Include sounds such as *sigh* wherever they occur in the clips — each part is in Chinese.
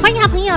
欢迎好朋友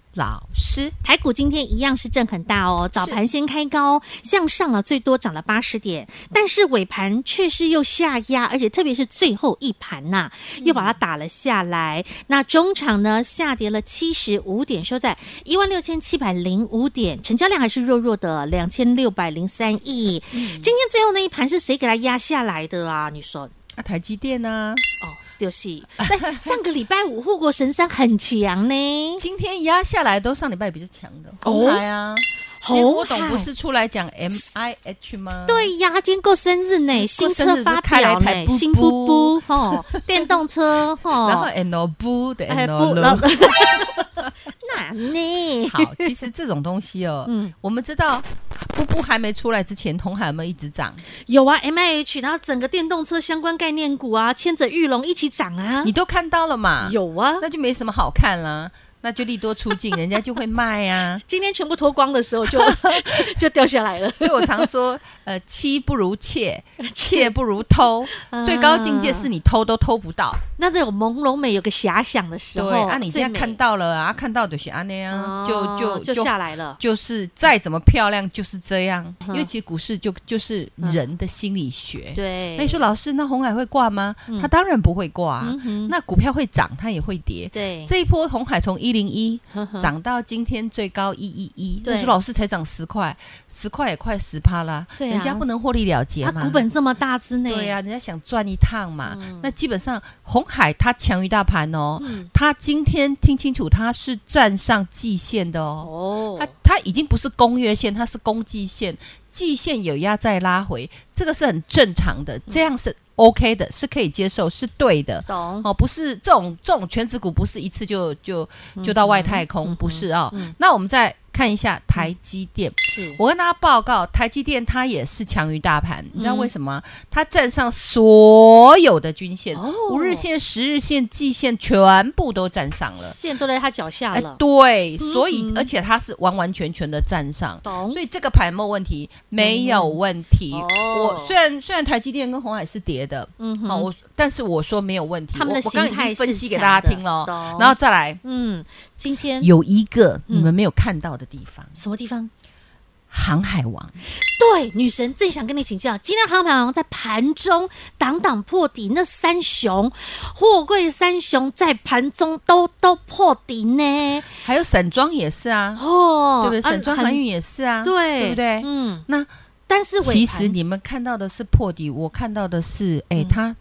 老师。台股今天一样是震很大哦，早盘先开高向上啊，最多涨了八十点，但是尾盘却是又下压，而且特别是最后一盘呐、又把它打了下来。那中场呢下跌了七十五点，收在一万六千七百零五点，成交量还是弱弱的两千六百零三亿。今天最后那一盘是谁给它压下来的啊？你说？那、台积电呢、哦，就是在上个礼拜五护国神山很强呢，今天压下来都上礼拜比较强的，哦红海啊，连红郭董不海是出来讲 M I H 吗？，对呀，今天过生日呢，新车发表过生日就开来一台呢，布布新布布吼， *laughs* 电动 *laughs* 车吼，然后哎 N O 不的 N 哎不 O 然 *laughs* 了后。哪呢？好，其实这种东西哦， *laughs* 嗯我们知道，布布还没出来之前，红海有没有一直涨？有啊，M I H，然后整个电动车相关概念股啊，牵着玉龙一起涨啊你，都看到了嘛？有啊。那就没什么好看啦，那就利多出尽，人家就会卖啊。今天全部脱光的时候 *laughs* 就就掉下来了，所以我常说，呃，妻不如 *laughs* 妾，妾不如偷，啊最高境界是你偷都偷不到。那这种朦胧美有个遐想的时候，对，啊，你最现在美看到了啊，看到就是啊那样，哦就就就下来了。就是再怎么漂亮就是这样，嗯因为其实股市就就是人的心理学。对，哎那你说老师，那红海会挂吗？它当然不会挂啊。嗯哼，那股票会涨，它也会跌。对，这一波红海从一零一呵呵涨到今天最高一一一，对你说老师才涨十块，十块也快十趴啦，对啊人家不能获利了结它嘛，啊股本这么大只呢，对啊呀、人家想赚一趟嘛。那基本上红海它强于大盘哦，嗯它今天听清楚，它是站上季线的哦，哦，它它已经不是攻月线，它是攻季线，季线有压再拉回，这个是很正常嗯的，这样是 OK 的，是可以接受，是对的。懂，哦，不是这种这种全指股，不是一次就就嗯就到外太空，不是哦。那我们再看一下台积电，是我跟大家报告，台积电它也是强于大盘，你嗯知道为什么吗？它站上所有的均线，哦五日线、十日线、季线全部都站上了。哎线都在他脚下了，对，所以、嗯而且它是完完全全的站上。懂所以这个盘没有问题，没有问题。哦我虽然虽然台积电跟红海是跌的，嗯哼好、我但是我说没有问题，他们的我我刚形刚已态经分析是给强大家的听了哦懂，然后再来嗯，今天有一个嗯你们没有看到的地方，什么地方？航海王对，女神最想跟你请教，今天航盘王在盘中挡挡破底，那三雄，货柜三雄在盘中都都破底呢，还有散装也是啊，哦，对不对？啊散装航运，也是啊，很对对不对？嗯，那但是尾盘其实你们看到的是破底，我看到的是，哎，它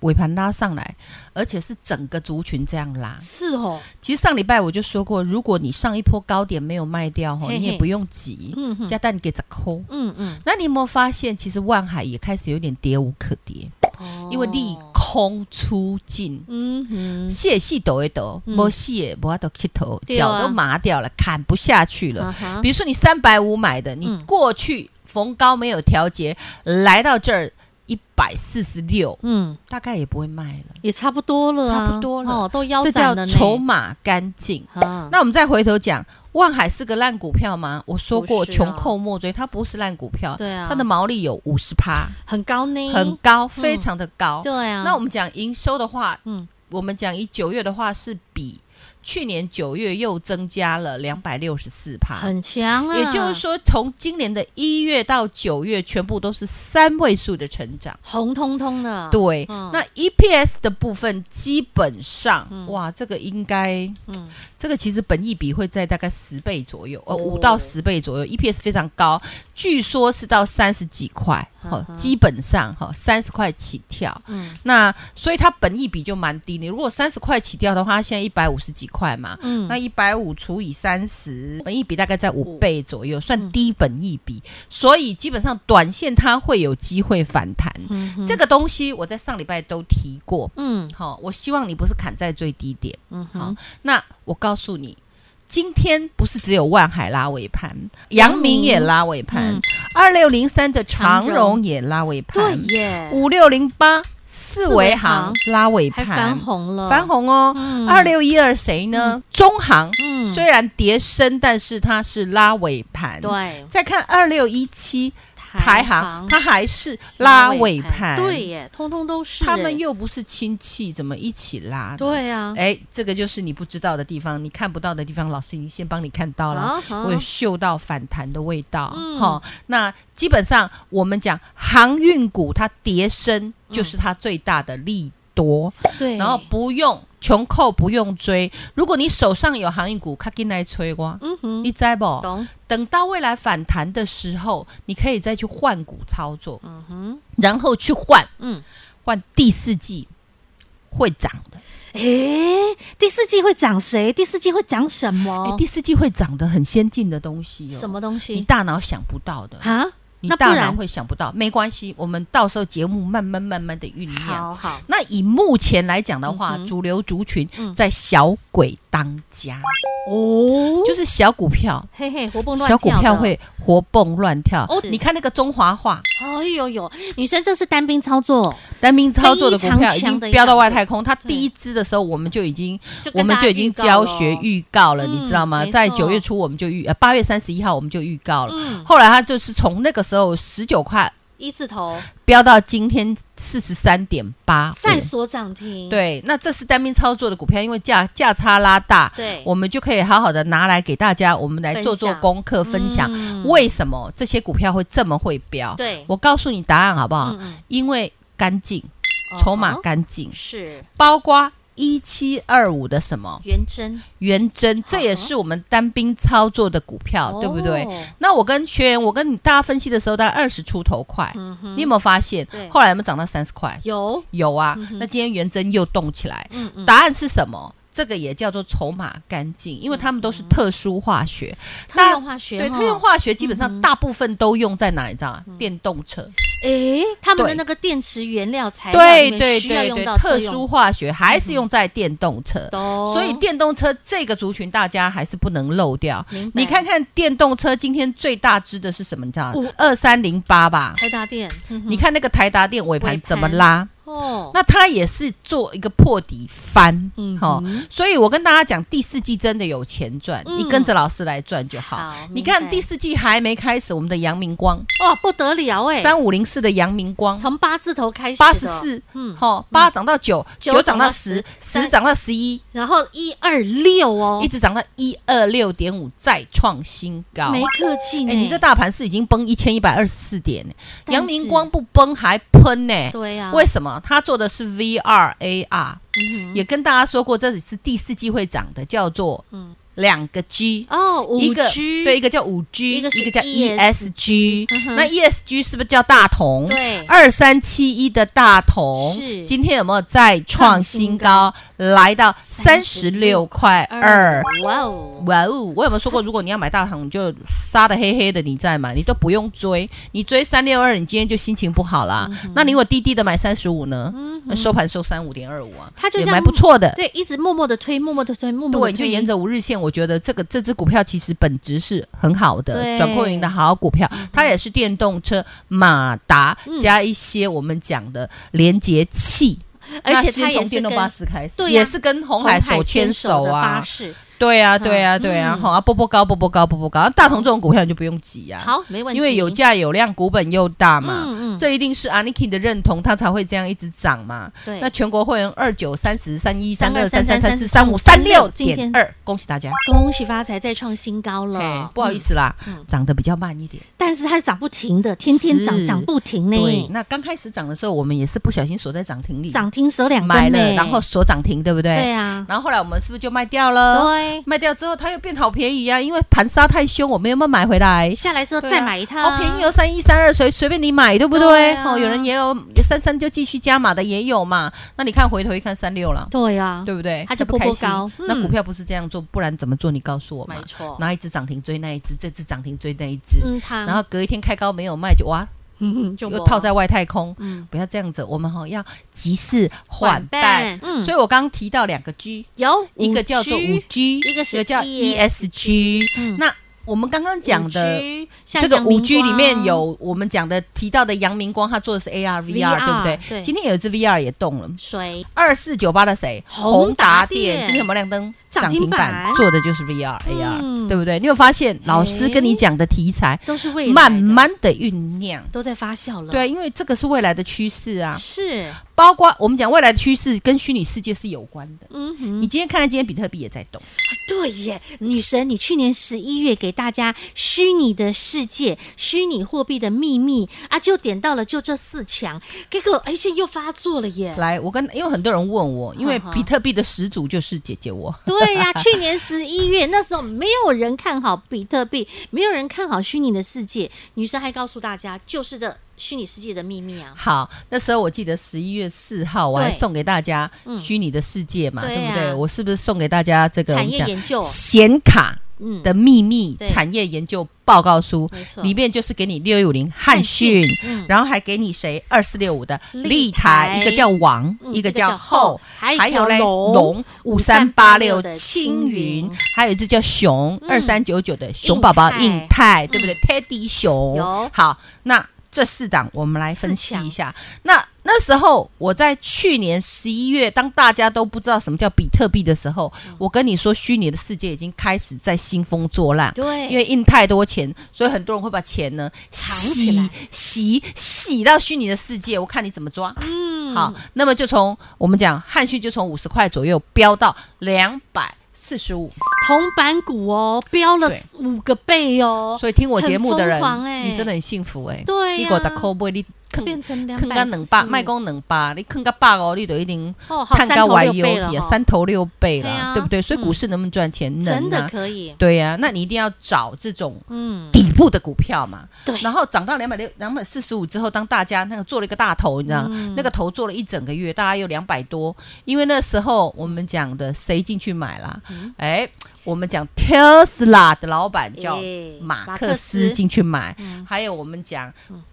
尾盘拉上来，而且是整个族群这样拉。是哦，其实上礼拜我就说过，如果你上一波高点没有卖掉哈，嘿嘿你也不用急，嗯哼加蛋给砸空。嗯嗯，那你有没有发现，其实万海也开始有点跌无可跌，哦因为利，空出尽，嗯哼，戏也戏抖一抖，嗯没戏也不要抖气头，对啊脚都麻掉了，砍不下去了。啊哈比如说你三百五买的，你嗯过去逢高没有调节，来到这儿一百四十六，嗯，大概也不会卖了。也差不多了啊，差不多了哦，都腰这斩叫了呢，筹码干净。啊，那我们再回头讲，万海是个烂股票吗？我说不过，是啊穷寇莫追，它不是烂股票，对啊它的毛利有五十趴，很高呢，很高，非常的高。对嗯啊，哦那我们讲营收的话，嗯嗯，我们讲以九月的话是比去年九月又增加了两百六十四趴，很强啊，也就是说，从今年的一月到九月，全部都是三位数的成长。红彤彤的，对，嗯那 EPS 的部分基本上，哇，这个应该，嗯这个其实本益比会在大概十倍左右，呃，哦五到十倍左右，EPS 非常高，据说是到三十几块。哈、嗯哼基本上哈三十块起跳。嗯那所以它本益比就蛮低，你如果三十块起跳的话，它现在一百五十几块嘛，嗯那一百五除以三十，本益比大概在五倍左嗯右，算低本益比，所以基本上短线它会有机会反弹。嗯哼这个东西我在上礼拜都提过，嗯好、我希望你不是砍在最低点。嗯好、哼，那我告诉你，今天不是只有万海拉尾盘，阳明也拉尾盘嗯，二六零三的长长荣荣也拉尾对盘，耶，五六零八四维维行行拉尾还盘，翻红了，翻红哦。嗯二六一二谁呢？中行，嗯虽然跌升，但是它是拉尾盘。，对再看二六一七台行，它还是拉拉尾盘。对，耶，通通都是他们耶又不是亲戚，怎么一起拉呢？对啊，哎，这个就是你不知道的地方，你看不到的地方，老师已经先帮你看到了。啊哈我有嗅到反弹的味道，哈、嗯那基本上我们讲航运股，它跌升就是它最大的利多。对，然后不用穷寇不用追。如果你手上有航运股，它进来催光，嗯哼，你知不？懂，等到未来反弹的时候，你可以再去换股操作，嗯哼，然后去换嗯，换第四季会涨的。诶，第四季会涨谁？第四季会涨什哎、么？第四季会涨的很先进的东西、哦，哦什？么东你西大脑想不到的。啊？你那不大脑然会想不到，没关系，我们到时候节目慢慢慢慢的酝好酿。好，那以目前来讲的话，嗯哼主流族群嗯在小鬼当家，哦，就是小股票，嘿嘿，活蹦乱小跳，股票，会活蹦乱跳。哦你看那个中华化哎呦呦，女生这是单兵操作，单兵操作的股票已非常经强的一档飙到外太空，它第一支的时候我们就已经就跟我们大家就已经预告教了学，预告了，嗯你知道吗？没错在九月初我们就预呃八月三十一号我们就预告了，嗯，后来它就是从那个时候十九块一字头飙到今天四十三点八，再锁涨停，啊对，那这是单兵操作的股票，因为价价差拉大，对，我们就可以好好的拿来给大家，我们来做做分享功课分享，嗯为什么这些股票会这么会飙？对，我告诉你答案好不好？嗯嗯因为干净，哦筹码干净，是包括一七二五的什么元真，元啊真，这也是我们单兵操作的股票，啊哦对不对？？那我跟学员，我跟你大家分析的时候，大概二十出头块，嗯哼，你有没有发现对？后来有没有涨到三十块？有，有啊，嗯哼那今天元真又动起来，嗯嗯，答案是什么？这个也叫做筹码干净，因为他们都是特殊化学，特用化嗯学，嗯对，特用，化学基本上大部分都用在哪？你知道吗？电动车，诶，他们的对那个电池原料材料对里面对需要对用对到，特殊，化学还是用在电动车，懂？所以电动车这个族群大家还是不能漏掉。明白你看看电动车今天最大支的是什么？你知道哦二三零八吧？台达电，嗯哼你看那个台达电尾盘尾盘怎么拉？哦，那它也是做一个破底翻，嗯好、哼所以我跟大家讲，第四季真的有钱赚，嗯你跟着老师来赚就好。好你明白看第四季还没开始，我们的阳明光哇不得了诶，三五零四的阳明光从八字头开始的八十，四，嗯，好八涨到九，九九涨涨到到十十，十三涨到十一，然后一二六哦一，直涨到一二六点五，再创新高。没客气呢，哎、你这大盘是已经崩一千一百二十四点呢，但阳是明光不崩还喷呢、对啊呀，为什么？他做的是 VRAR，、嗯哼也跟大家说过，这里是第四季会涨的，叫做嗯两个 G，、哦五一个 G 对，一个叫五 G，一个是 E 叫 ESG、嗯哼那 ESG 是不是叫大同？对二三七一的大同是，今天有没有再创新高，来到三十六块二？哇哦，哇哦！我有没有说过，如果你要买大同，你就杀的黑黑的，你再买，你都不用追，你追三六二，你今天就心情不好啦。嗯那你如果低低的买三十五呢？那收盘收三五点二五啊，它嗯就也像蛮不错的。对，一直默默的推，默默的推，默默的对，你就沿着五日线，我觉得这个这只股票其实本质是很好的，对转扩云的好股票，它也是电动车马达、嗯加一些我们讲的连接器，而且那它先也从是电动跟巴士开始，对啊呀也是跟红海手牵手的巴啊，士，对啊，对啊，嗯对啊，嗯好啊，波波高，波波高，波波高，大同这种股票你就不用急啊，好，没问题，因为有价有量，股本又大嘛。嗯嗯，这一定是 Aniki 的认同，它才会这样一直涨嘛。对，那全国会员二九三十三一三二32三三三四33三五三六今点天二，恭喜大家！恭喜发财再创新高哎了，，不好意思，思啦嗯，涨得比较慢一点。但是它是涨不停的，天天涨是涨不停对，呢，那刚开始涨的时候，我们也是不小心锁在涨停里，涨停手两买根了，呢，然后锁涨停，对不对？对啊，然后后来我们是不是就卖掉了？对开，卖掉之后它又变好便宜啊，因为盘杀太凶，我们有没有买回来？下来之后对啊再买一套，好便宜哦，三一三二随随便你买，对不对？对啊哦，有人也有三三就继续加码的也有嘛。那你看回头一看三六了，对啊呀、对不对？嗯它就开不波波开心高那嗯股票不是这样做，不然怎么做？你告诉我嘛没。错，拿一只涨停追那一只，这只涨停追那一只，嗯，它然后隔一天开高没有卖，就哇就又没套在外太空。嗯不要这样子，我们哈、要急事缓缓办办。，嗯，所以我刚刚提到两个 G，有一个叫做五 G，一个是叫 ESG ESG。嗯那我们刚刚讲的 5G 像这个阳明五 G 光啊里面有我们讲的提到的阳明光，它做的是 AR VR，, VR 对不对？对今天有一只 VR 也动了。水，二四九八的谁？宏达电今天有没有亮灯？涨停板做的就是 VR、嗯 AR，对不对？你有发现老师跟你讲的题材都是未来的慢慢的酝酿，都在发酵了，对啊，，因为这个是未来的趋势啊，是，包括我们讲未来的趋势跟虚拟世界是有关的。嗯哼。你今天看到今天比特币也在动，对耶，女神，你去年十一月给大家虚拟的世界、虚拟货币的秘密啊，就点到了就这四强，结果而且又发作了耶。来，我跟因为很多人问我，因为好好比特币的始祖就是姐姐我。对呀、去年十一月那时候没有人看好比特币，没有人看好虚拟的世界，女神还告诉大家，就是这虚拟世界的秘密啊。好，那时候我记得十一月四号，我还对送给大家嗯虚拟的世界嘛，对对不啊对？我是不是送给大家这个我产们业讲研究，显卡嗯，的秘密对产业研究报告书没错？里面就是给你六一五零汉讯汉讯嗯，然后还给你谁二四六五的立立台台，一个叫王，嗯一个一个叫叫后后，还有一条嘞龙龙五三八六的青青云云，还有一只叫熊嗯二三九九的熊宝宝印印泰，对不对嗯？Teddy 有熊，好，那这四档我们来分析四强一下。那那时候我在去年十一月，当大家都不知道什么叫比特币的时候，嗯我跟你说，虚拟的世界已经开始在兴风作浪。对，因为印太多钱，所以很多人会把钱呢藏起来洗洗洗到虚拟的世界，我看你怎么抓。嗯好，，那么就从我们讲汉讯就从五十块左右飙到两百四十五，铜板股哦，飙了对五个倍哦，所以听我节目的人很疯狂，欸你真的很幸福哎。对呀啊你给我十块买，你变坑成两坑百个两百，卖讲两百，你坑个百哦，你就一定哦，好探三个头歪六油倍了去啊哦，三头六倍对啊啦，对不对？所以股市能不能赚钱？能啊真的可以，对呀，那你一定要找这种嗯，底部的股票嘛。对，然后涨到两百六、两百四十五之后，当大家那个做了一个大头，你知道、嗯那个头做了一整个月，大概有两百多。因为那时候我们讲的谁进去买啦？嗯哎、我们讲 Tesla 的老板叫哎马马克克思嗯思进去买，还有我们讲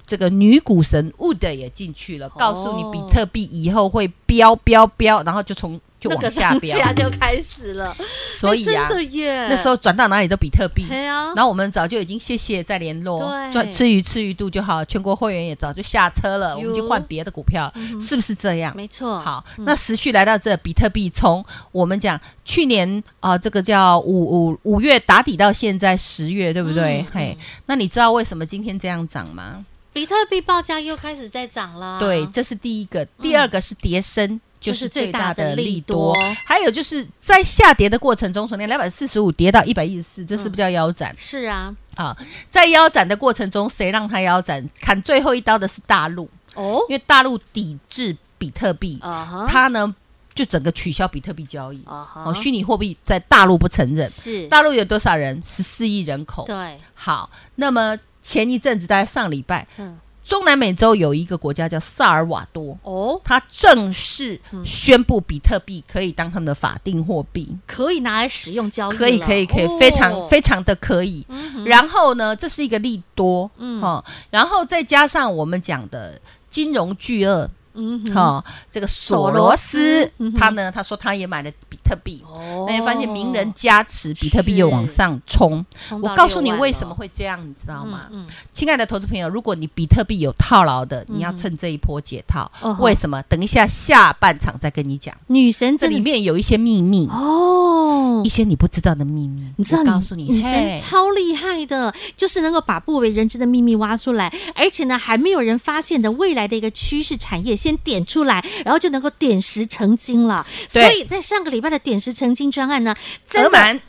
这个女股神 Wood 也进去哦了，告诉你比特币以后会飙飙飙，然后就从 *laughs* 就那个往下涨飙，价就开始 *laughs* 了，所以哎啊真，的耶，那时候转到哪里都比特币。对啊，然后我们早就已经谢谢再联络哦对，赚吃鱼吃鱼肚就好。全国会员也早就下车了，哟嗯我们就换别的股票，是不是这样？没错，嗯好，那持续来到这，比特币从我们讲去年啊、呃这个叫五五五月打底到现在十月，对不对？嗯嘿，那你知道为什么今天这样涨吗？比特币报价又开始在涨了，对，这是第一个，第二个是跌升。嗯就是最大的利多这是最大的利多，还有就是在下跌的过程中，从两百四十五跌到一百一十四，嗯这是不是叫腰斩？是啊，啊，在腰斩的过程中，谁让他腰斩？砍最后一刀的是大陆，哦，因为大陆抵制比特币，啊哈，他呢就整个取消比特币交易。啊哈哦，虚拟货币在大陆不承认。是，大陆有多少人？十四亿人口。对，好，那么前一阵子，大概上礼拜，嗯，中南美洲有一个国家叫萨尔瓦多，哦，它正式嗯宣布比特币可以当他们的法定货币。可以拿来使用交易了，可以，可以，可以，哦嗯非常非常的可以。然后呢，这是一个利多，嗯，哦，然后再加上我们讲的金融巨鳄，嗯哼，哈、这个索罗斯，他呢，他说他也买了比特币。嗯哦那你发现名人加持，比特币又往上冲。冲到我告诉六你万为了什么会这样，你知道吗？嗯，亲爱的投资朋友，如果你比特币有套牢的，你要趁这一波解套。嗯哼为什么？等一下下半场再跟你讲，女神这这里里面有一些秘密。哦一。些你不知道的秘密，你知道我告诉你，女生嘿超厉害的，就是能够把不为人知的秘密挖出来，而且呢，还没有人发现的未来的一个趋势产业，先点出来，然后就能够点石成金了。所对以在上个礼拜的点石成金专案呢，真额的满，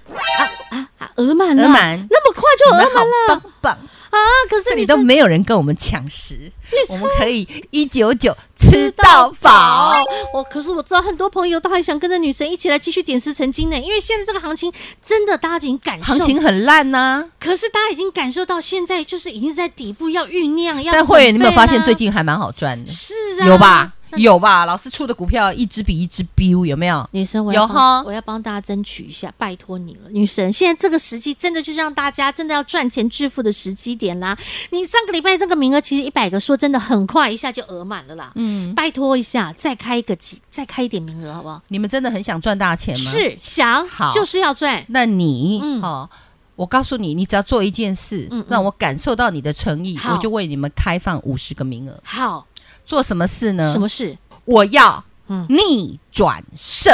啊啊，额满了，额满那么快就你额们满好棒棒，啊！可是这里你都说没有人跟我们抢食你，我们可以一九九吃到饱。。我哦可是我知道很多朋友都还想跟着女神一起来继续点石成金呢，因为现在这个行情真的大家已经感受，行情很烂呐、可是大家已经感受到现在就是已经是在底部要酝酿，要但会员，你有没有准备啦发现最近还蛮好赚的？是啊有吧？？有吧？老师出的股票一只比一只飙，有没有？女神，我有要哈帮我要帮大家争取一下，拜托你了，女神，现在这个时机真的就是让大家真的要赚钱致富的时机点啦。你上个礼拜这个名额其实一百个，说真的很快一下就额满了啦。嗯，拜托一下，再开一个几，再开一点名额好不好？你们真的很想赚大钱吗？。是想好就是要赚，那你、嗯哦，我告诉你，你只要做一件事，嗯嗯让我感受到你的诚意，好我就为你们开放五十个名额。好，做什么事呢？什么事？我要嗯逆转胜，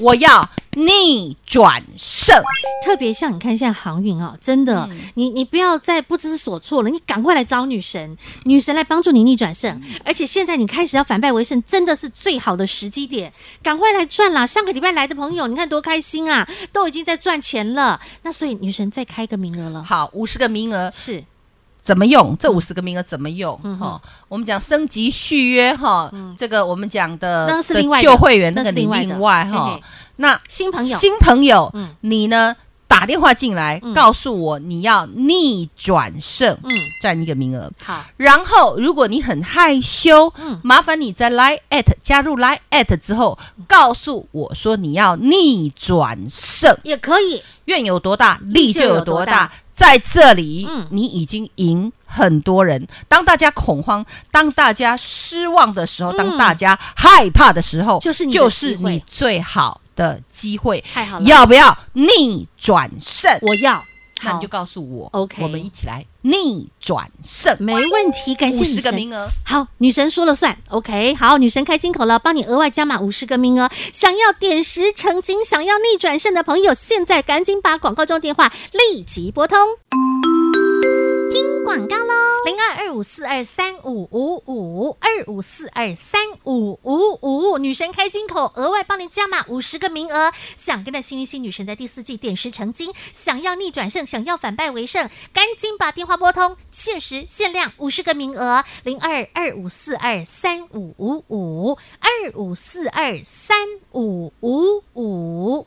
我要逆转胜。特别像你看现在航运啊，真的，嗯你你不要再不知所措了，你赶快来找女神，女神来帮助你逆转胜。嗯而且现在你开始要反败为胜，真的是最好的时机点，赶快来赚啦！上个礼拜来的朋友，你看多开心啊，都已经在赚钱了。那所以女神再开一个名额 *laughs* 了，好，五十个名额是怎么用？这五十个名额怎么用？哈、嗯哼嗯我们讲升级续约哈、这个我们讲的那是的另外的旧会员，那那是个你另外的另外哈、嘿嘿那新朋友新朋友，嗯你呢打电话进来、嗯告诉我你要逆转胜，嗯占一个名额。好，然后，如果你很害羞，嗯麻烦你在 Line at 加入 Line at 之后，告诉我说你要逆转胜，也可以，愿有多大，力就有力就有多多大大。在这里，嗯你已经赢很多人。当大家恐慌、当大家失望的时候，当大家害怕的时候，就是你的就机是会你最好的机会。太好了，要不要逆转胜？我要，那好你就告诉我 OK 我们一起来逆转胜。没问题，感谢五女十个神。名额，好，女神说了算。OK，好，女神开金口了，帮你额外加码五十个名额。想要点石成金，想要逆转胜的朋友，现在赶紧把广告中电话立即拨通。听广告喽，零二二五四二三五五五二五四二三五五五，女神开金口，额外帮您加码五十个名额。想跟着幸运星女神在第四季点石成金，想要逆转胜，想要反败为胜，赶紧把电话拨通，限时限量五十个名额，零二二五四二三五五五二五四二三五五五。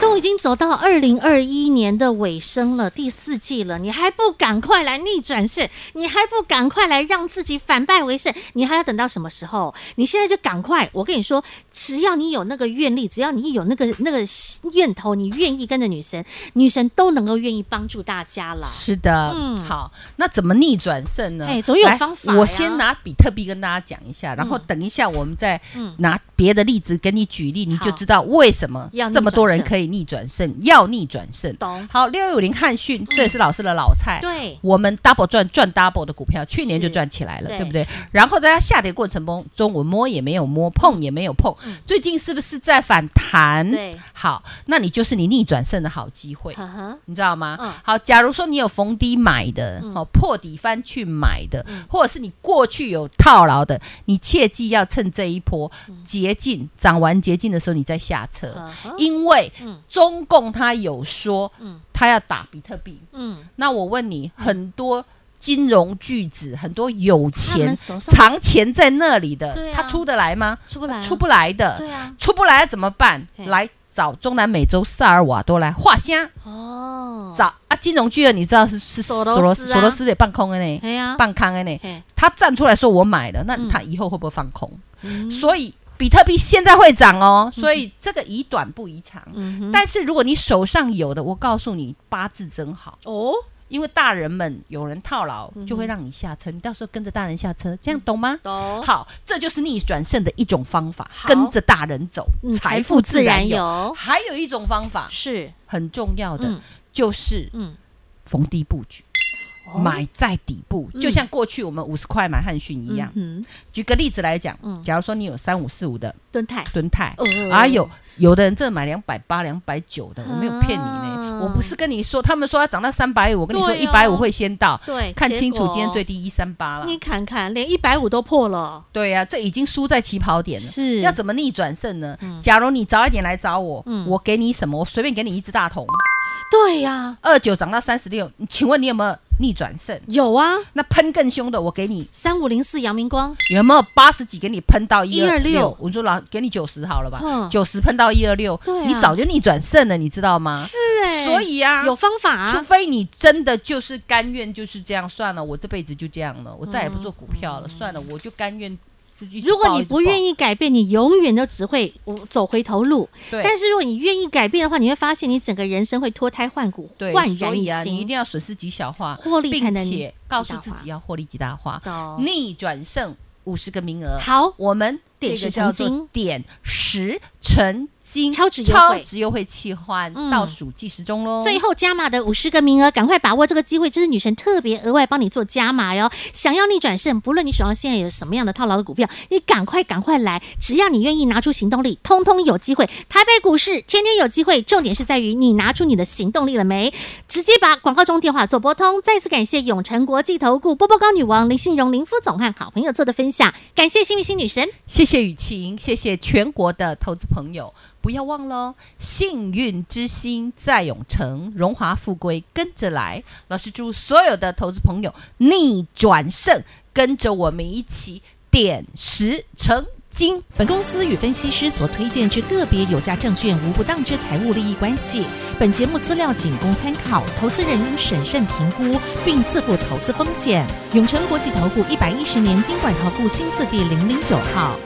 都已经走到二零二一年的尾声了，第四季了，你还不赶快来逆转胜？你还不赶快来让自己反败为胜？你还要等到什么时候？你现在就赶快！我跟你说，只要你有那个愿力，只要你有那个那个念头，你愿意跟着女神，女神都能够愿意帮助大家了。是的，嗯好，那怎么逆转胜呢？哎总有来方法我呀先拿比特币跟大家讲一下，然后等一下我们再嗯拿别的例子跟你举例，你好就知道为什么要逆转胜这么多人可以逆转胜，要逆转胜。懂好，六六零汉讯，这也是老师的老菜。对，我们 double 赚赚 double 的股票，去年是就赚起来了，对对不对？然后在它下跌过程中，中我摸也没有摸，碰也没有碰，最近是不是在反弹？嗯对，好，那你就是你逆转胜的好机会。呵呵，你知道吗？嗯好，假如说你有逢低买的，嗯哦，破底翻去买的，或者是你过去有套牢的，你切记要趁这一波嗯捷径涨完捷径的时候，你再下车，呵呵，因为嗯中共他有说嗯他要打比特币。嗯，那我问你，很多金融巨子，很多有他钱们手上藏钱在那里的对，啊他出得来吗？出不来啊，呃出不来的，对啊，出不来怎么办？嘿来找中南美洲萨尔瓦多来画虾。哦，，找啊，金融巨人你知道是是索罗斯啊索罗斯也半空的呢，哎呀，半空的呢嘿。他站出来说我买了，那嗯他以后会不会放空？嗯所以比特币现在会涨哦，所以这个宜短不宜长。嗯哼，但是如果你手上有的，我告诉你，八字真好，哦，因为大人们有人套牢，就会让你下车，你到时候跟着大人下车，这样懂吗？嗯懂好，这就是逆转胜的一种方法，好跟着大人走嗯，财财富富自自然然有。有，还有一种方法是，很重要的嗯，就是嗯，逢低布局。哦买在底部，就像过去我们五十块买汉逊一样。嗯嗯哼，举个例子来讲嗯，假如说你有三五四五的蹲泰，吨泰，哦啊有有的人真的买两百八、两百九的，我没有骗你啊，呢我不是跟你说，他们说要涨到三百五，我跟你说对一哦百五会先到，对，看结清楚果今天最低一三八了。你看看，连一百五都破了，对呀、这已经输在起跑点了。是要怎么逆转胜呢？假如你早一点来找我，嗯我给你什么？我随便给你一只大同，对呀，二九涨到三十六，你请问你有没有逆转胜？有啊，那喷更凶的，我给你三五零四阳明光，有没有八十几给你喷到一二六126？我说老给你九十好了吧嗯，九十喷到一二六对，啊你早就逆转胜了，你知道吗？是哎，所以啊，有方法除啊，非你真的就是甘愿就是这样算了，我这辈子就这样了，我再也不做股票了，算了，我就甘愿就一嗯直如果抱你不愿，意改变，你永远都只会嗯走回头路。一直抱对，但是如果你愿意改变的话，你会发现你整个人生会脱胎换骨，对，焕所然以一啊，你一新。定要损失极小化，获利才并能且极告诉大自化己要获利极大化，懂逆转胜五十个名额。好，我们点这个石叫成做金点石成金，超值优惠超值优惠企划嗯倒数计时中喽。最后加码的五十个名额，赶快把握这个机会，这是女神特别额外帮你做加码哟。想要逆转胜，不论你手上现在有什么样的套牢的股票，你赶快赶快来，只要你愿意拿出行动力，通通有机会。台北股市天天有机会，重点是在于你拿出你的行动力了没？直接把广告中电话做拨通。再次感谢永诚国际投顾波波高女王林信荣林副总和好朋友做的分享，感谢幸运星女神。谢谢雨晴，谢谢全国的投资朋友，不要忘了哦，幸运之星在永城，荣华富贵跟着来。老师祝所有的投资朋友逆转胜，跟着我们一起点石成金。本公司与分析师所推荐之个别有价证券无不当之财务利益关系。本节目资料仅供参考，投资人应审慎评估并自负投资风险。永诚国际投顾一百一十年经管投顾新字第零零九号。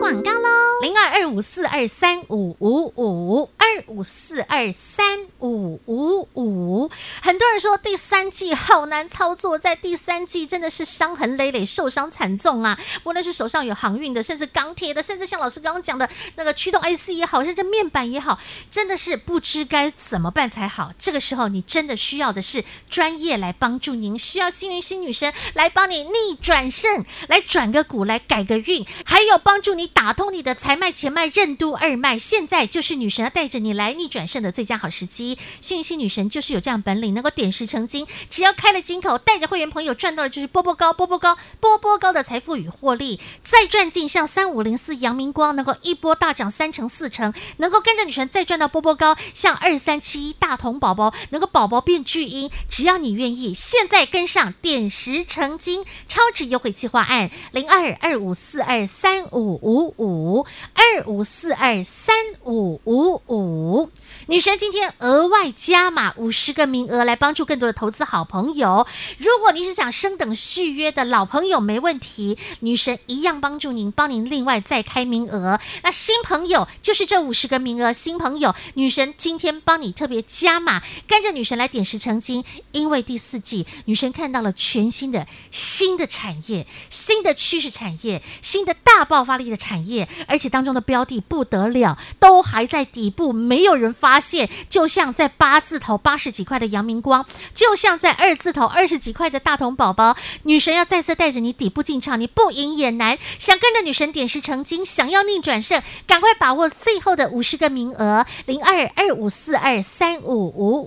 广告喽，零二二五四二三五五五二五四二三五五五。很多人说第三季好难操作，在第三季真的是伤痕累累、受伤惨重啊！无论是手上有航运的，甚至钢铁的，甚至像老师刚刚讲的那个驱动 IC 也好，甚至面板也好，真的是不知该怎么办才好。这个时候，你真的需要的是专业来帮助您，需要幸运星女神来帮你逆转胜，来转个股，来改个运，还有帮助你打通你的财脉、钱脉、任督二脉。现在就是女神要带着你来逆转胜的最佳好时机。幸运星女神就是有这样本领，能够点石成金。只要开了金口，带着会员朋友赚到的就是波波高、波波高、波波高的财富与获利，再赚进像三五零四阳明光能够一波大涨三成四成，能够跟着女神再赚到波波高，像二三七一大同宝宝能够宝宝变巨婴，只要你愿意，现在跟上点石成金超值优惠计划案零二二五四二三五五五二五四二三五五五。女神今天额外加码五十个名额，来帮助更多的投资好朋友。如果你是想升等续约的老朋友，没问题，女神一样帮助您，帮您另外再开名额。那新朋友就是这五十个名额，新朋友，女神今天帮你特别加码，跟着女神来点石成金，因为第四季女神看到了全新的新的产业、新的趋势产业、新的大爆发力的产业，而且当中的标的不得了，都还在底部，没有人发现。就像在八字头八十几块的阳明光，就像在二字头二十几块的大同宝宝，女神要再次带着你底部进场，你不赢也难。想跟着女神点石成金，想要逆转胜，赶快把握最后的五十个名额，零二二五四二三五五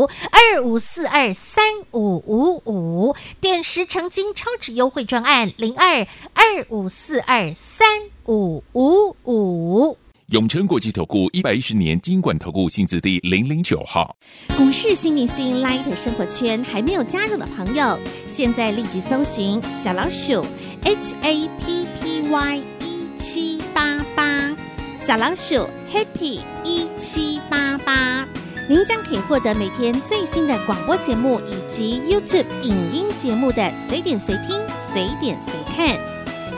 五二五四二三五五五，点石成金超值优惠专案零二二五四二三五五五。永诚国际投顾一百一十年金管投顾新字第零零九号。股市新明星 Light 生活圈还没有加入的朋友，现在立即搜寻小老鼠 HAPPY 一七八八，小老鼠 Happy 一七八八，您将可以获得每天最新的广播节目以及 YouTube 影音节目的随点随听、随点随看。